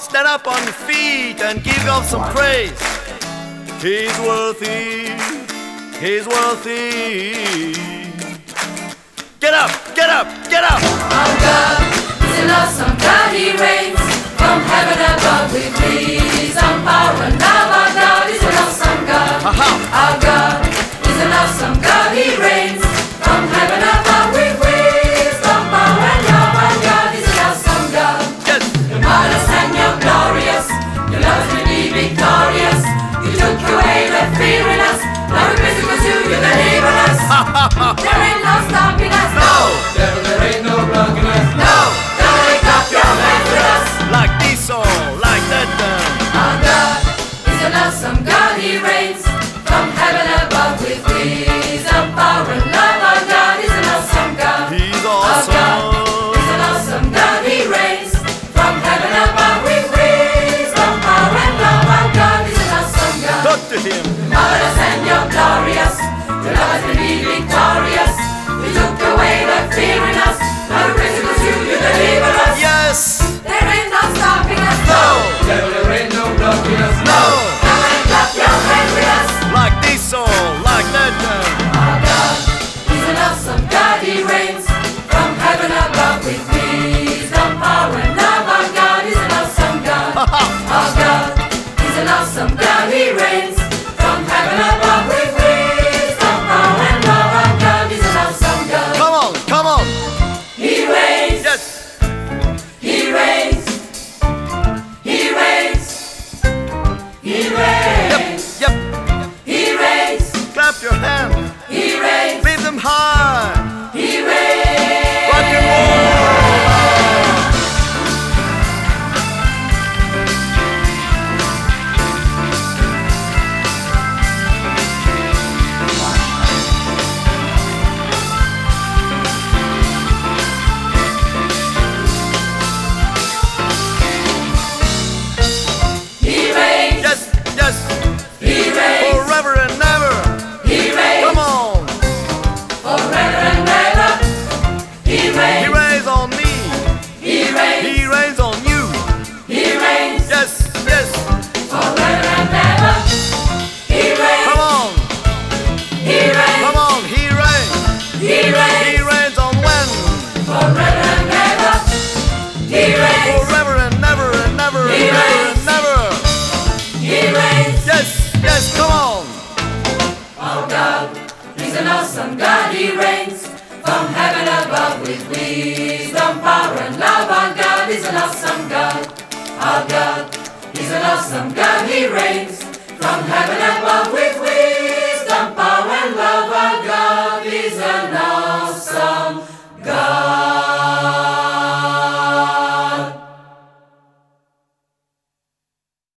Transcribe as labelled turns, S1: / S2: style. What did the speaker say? S1: stand up on your feet and give God some praise. He's worthy, he's worthy. Get up, get up, get up!
S2: Our God is in us, on God he reigns. From heaven above we please on power and love. Our God is an awesome God. Our God is an awesome God. He reigns. From heaven above we please on power and love. Our God is an awesome God.
S1: Yes,
S2: You're marvelous and you're glorious. Your love has made me victorious. You took away the fear in us. Now we praise you 'cause you, you deliver us. there ain't no stopping us.
S1: oh,
S2: Devil, there ain't no blocking us. No. Don't wake up your mind with us.
S1: like this or like that then.
S2: Our God is an awesome God. He reigns from heaven above with peace and power and love. Our God is an awesome God.
S1: He's
S2: Our God
S1: awesome.
S2: is an awesome God. He reigns from heaven above with peace and power and love. Our God is an awesome God.
S1: Talk to him.
S2: Marvelous and you're glorious. Your love has made me victorious. You took away the fear in us. Now we praise you 'cause you, you deliver us.
S1: Yes,
S2: There ain't no stopping us.
S1: No.
S2: Devil, there ain't no blocking us. No.
S1: oh,
S2: Come and clap your hands with us.
S1: like this or like that then.
S2: Our God is an awesome God. He reigns from heaven above with wisdom, power, and love. Our God is an awesome God. Our God is an awesome God. He reigns from heaven above with wisdom, power, and love. Our God is an awesome God.
S1: Come on, come on.
S2: He reigns.
S1: Yes.
S2: He reigns. He reigns. He
S1: Yep,
S2: reigns.
S1: yep.
S2: He reigns.
S1: Clap your hands.
S2: He reigns.
S1: Leave them high.
S2: He reigns.
S1: Rock and roll.
S2: He reigns.
S1: Yes, yes.
S2: He reigns.
S1: Forever and ever.
S2: He
S1: Come
S2: reigns.
S1: on.
S2: Forever and ever. He
S1: He
S2: reigns.
S1: rains on me.
S2: He reigns.
S1: He rains on you.
S2: He reigns.
S1: Yes, yes.
S2: Forever and ever. He
S1: Come
S2: reigns.
S1: on.
S2: He
S1: Come
S2: reigns.
S1: on. He rains.
S2: He
S1: He
S2: reigns.
S1: rains on when.
S2: Forever and ever. He reigns.
S1: Forever and never and never and
S2: He
S1: never
S2: reigns.
S1: and never.
S2: He reigns.
S1: Yes, yes. Come on.
S2: Our God is an awesome God, He reigns from heaven above with wisdom, power, and love. Our God is an awesome God. Our God is an awesome God, He reigns from heaven above with